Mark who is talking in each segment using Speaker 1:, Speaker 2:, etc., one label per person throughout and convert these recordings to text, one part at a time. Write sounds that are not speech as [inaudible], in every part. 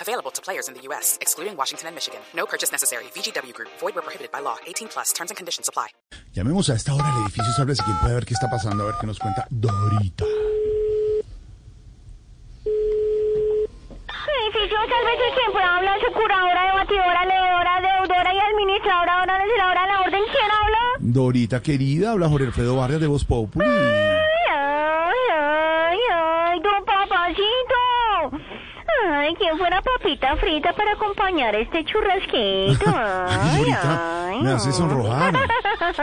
Speaker 1: Available to players in the U.S., excluding Washington and Michigan. No purchase necessary. VGW Group, void were prohibited by law. 18 plus terms and conditions apply.
Speaker 2: Llamemos a esta hora al edificio Sables y quien puede ver qué está pasando, a ver qué nos cuenta Dorita.
Speaker 3: Edificio Salves y quien pueda hablar, securadora, debatidora, leedora, deudora y administradora, ahora legisladora, la orden, ¿quién habla?
Speaker 2: Dorita querida, habla Jorge Alfredo Vargas de Voz Populi.
Speaker 3: Ay, ay, ay, ay, don papacito. Ay, ¿quién fuera papita frita para acompañar este churrasquito?
Speaker 2: [laughs] Ay,
Speaker 3: Ay,
Speaker 2: Dorita,
Speaker 3: ay,
Speaker 2: me hace sonrojar.
Speaker 3: [laughs]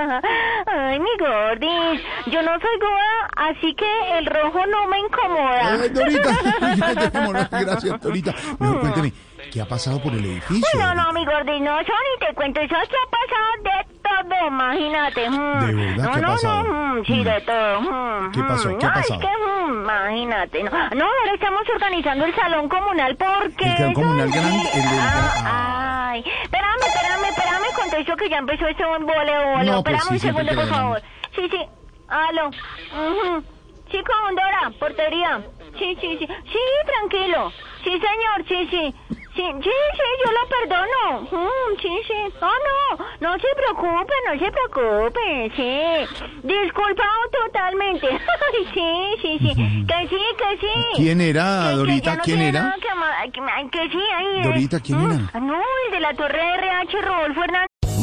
Speaker 3: Ay, mi gordis, yo no soy gorda, así que el rojo no me incomoda.
Speaker 2: Ay, Dorita, [laughs] ya dejémoslo, gracias Dorita. Mejor cuénteme, ¿qué ha pasado por el edificio?
Speaker 3: No, no,
Speaker 2: Dorita?
Speaker 3: mi gordis, no, eso ni te cuento, eso que ha pasado de todo, imagínate. mm.
Speaker 2: ¿De verdad
Speaker 3: no,
Speaker 2: que ha
Speaker 3: no,
Speaker 2: pasado?
Speaker 3: No, mm, sí,
Speaker 2: Mm.
Speaker 3: de todo. mm,
Speaker 2: ¿Qué pasó?
Speaker 3: mm.
Speaker 2: ¿Qué ha
Speaker 3: No,
Speaker 2: pasado?
Speaker 3: Es que, mm, imagínate. No, no, ahora estamos organizando el salón comunal porque...
Speaker 2: El salón
Speaker 3: eso
Speaker 2: comunal
Speaker 3: es-
Speaker 2: grande, el del-
Speaker 3: Ah, ay, espérame, espérame, espérame, contesto que ya empezó este un vole, vole.
Speaker 2: No, pues
Speaker 3: espérame
Speaker 2: sí,
Speaker 3: un
Speaker 2: siempre
Speaker 3: segundo,
Speaker 2: que
Speaker 3: por
Speaker 2: lo
Speaker 3: favor. Sí, sí, aló. ujú. Sí, con Hondora, portería. Sí, sí, sí. Sí, tranquilo. Sí, señor, sí, sí. Sí, sí, sí, yo lo perdono. Mm, sí, sí. Oh, no, no se preocupe, no se preocupe, sí. Disculpado totalmente. [laughs] Ay, sí, sí, sí. Que sí, que sí.
Speaker 2: ¿Quién era,
Speaker 3: Que- que
Speaker 2: Dorita?
Speaker 3: ya no
Speaker 2: ¿Quién
Speaker 3: tiene
Speaker 2: era?
Speaker 3: nada que ama- que- ay, que sí, ahí, eh.
Speaker 2: Dorita, ¿quién
Speaker 3: Mm,
Speaker 2: era?
Speaker 3: ah, No, el de la torre RH, Rodolfo Hernández.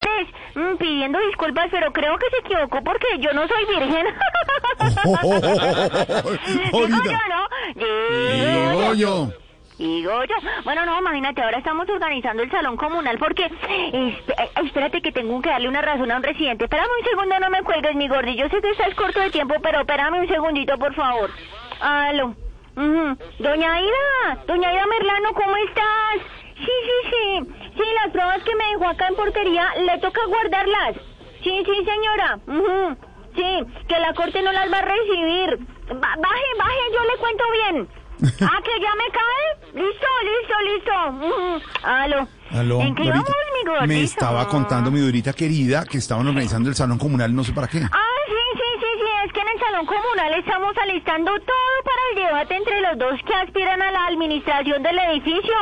Speaker 3: Pues, mm, pidiendo disculpas, pero creo que se equivocó porque yo no soy virgen. [laughs]
Speaker 2: Oh, oh, oh, oh, oh,
Speaker 3: Digo
Speaker 2: Dorita.
Speaker 3: yo, ¿no? Digo
Speaker 2: Digo
Speaker 3: yo.
Speaker 2: yo.
Speaker 3: Digo yo. Bueno, no, imagínate, ahora estamos organizando el salón comunal porque... esp- eh, Espérate que tengo que darle una razón a un residente. Espérame un segundo, no me cuelgues, mi gordi. Yo sé que estás corto de tiempo, pero espérame un segundito, por favor. Aló. Ujú. Doña Ida, doña Ida Merlano, ¿cómo estás? Sí, sí, sí. Sí, las pruebas que me dejó acá en portería, le toca guardarlas. Sí, sí, señora. Ujú. Sí, que la corte no las va a recibir. Ba- baje, baje, yo le cuento
Speaker 2: [laughs]
Speaker 3: bien. ¿Ah, que ya me cae? Listo, listo, listo. Ujú. Aló.
Speaker 2: Aló,
Speaker 3: ¿En qué
Speaker 2: Dorita.
Speaker 3: íbamos, mi gordito?
Speaker 2: Me estaba contando mi Dorita querida que estaban organizando el salón comunal, no sé para qué.
Speaker 3: Ah, sí, sí, sí, sí, es que en el Salón Comunal estamos alistando todo para el debate entre los dos que aspiran a la administración del edificio.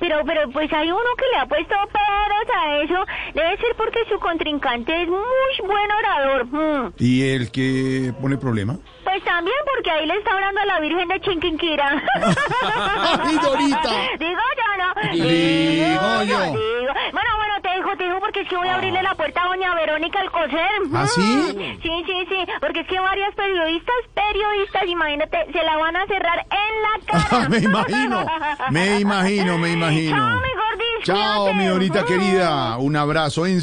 Speaker 3: Pero, pero, pues hay uno que le ha puesto peros a eso. Debe ser porque su contrincante es muy buen orador. Mm.
Speaker 2: ¿Y el que pone
Speaker 3: [laughs]
Speaker 2: problema?
Speaker 3: Pues también porque ahí le está hablando a la Virgen de Chinquinquira.
Speaker 2: [laughs] ¡Ay, Dorita!
Speaker 3: Digo yo, ¿no?
Speaker 2: Digo yo.
Speaker 3: digo. Bueno, bueno, te dejo, te dejo porque es que voy a abrirle la puerta a doña Verónica Alcocer.
Speaker 2: ¿Ah, sí?
Speaker 3: Mm, Sí, sí, sí, porque es que varias periodistas, periodistas, imagínate, se la van a cerrar
Speaker 2: [laughs]
Speaker 3: en la cara.
Speaker 2: me imagino, me imagino, me imagino.
Speaker 3: Chao, mi gordis,
Speaker 2: Chao,
Speaker 3: cuídate.
Speaker 2: mi Dorita
Speaker 3: Mm.
Speaker 2: querida. Un abrazo. En